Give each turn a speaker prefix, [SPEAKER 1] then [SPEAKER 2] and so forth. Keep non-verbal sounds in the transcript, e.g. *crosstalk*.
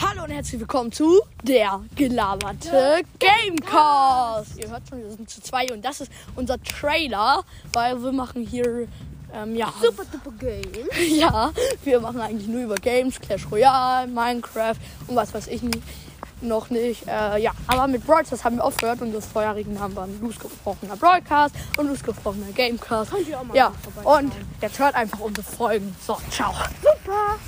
[SPEAKER 1] Hallo und herzlich willkommen zu der gelaberte Gamecast. Ihr hört schon, wir sind zu zwei und das ist unser Trailer, weil wir machen hier ähm, ja, *laughs*
[SPEAKER 2] Super duper Game.
[SPEAKER 1] ja, wir machen eigentlich nur über Games, Clash Royale, Minecraft und was weiß ich nicht, noch nicht. Äh, ja, aber mit Broadcast haben wir aufgehört und das vorherigen haben wir ein losgebrochener Broadcast und losgebrochener Gamecast.
[SPEAKER 2] Könnt ihr auch mal
[SPEAKER 1] Ja,
[SPEAKER 2] vorbeischauen.
[SPEAKER 1] und jetzt hört einfach unsere Folgen. So, ciao.
[SPEAKER 2] Super.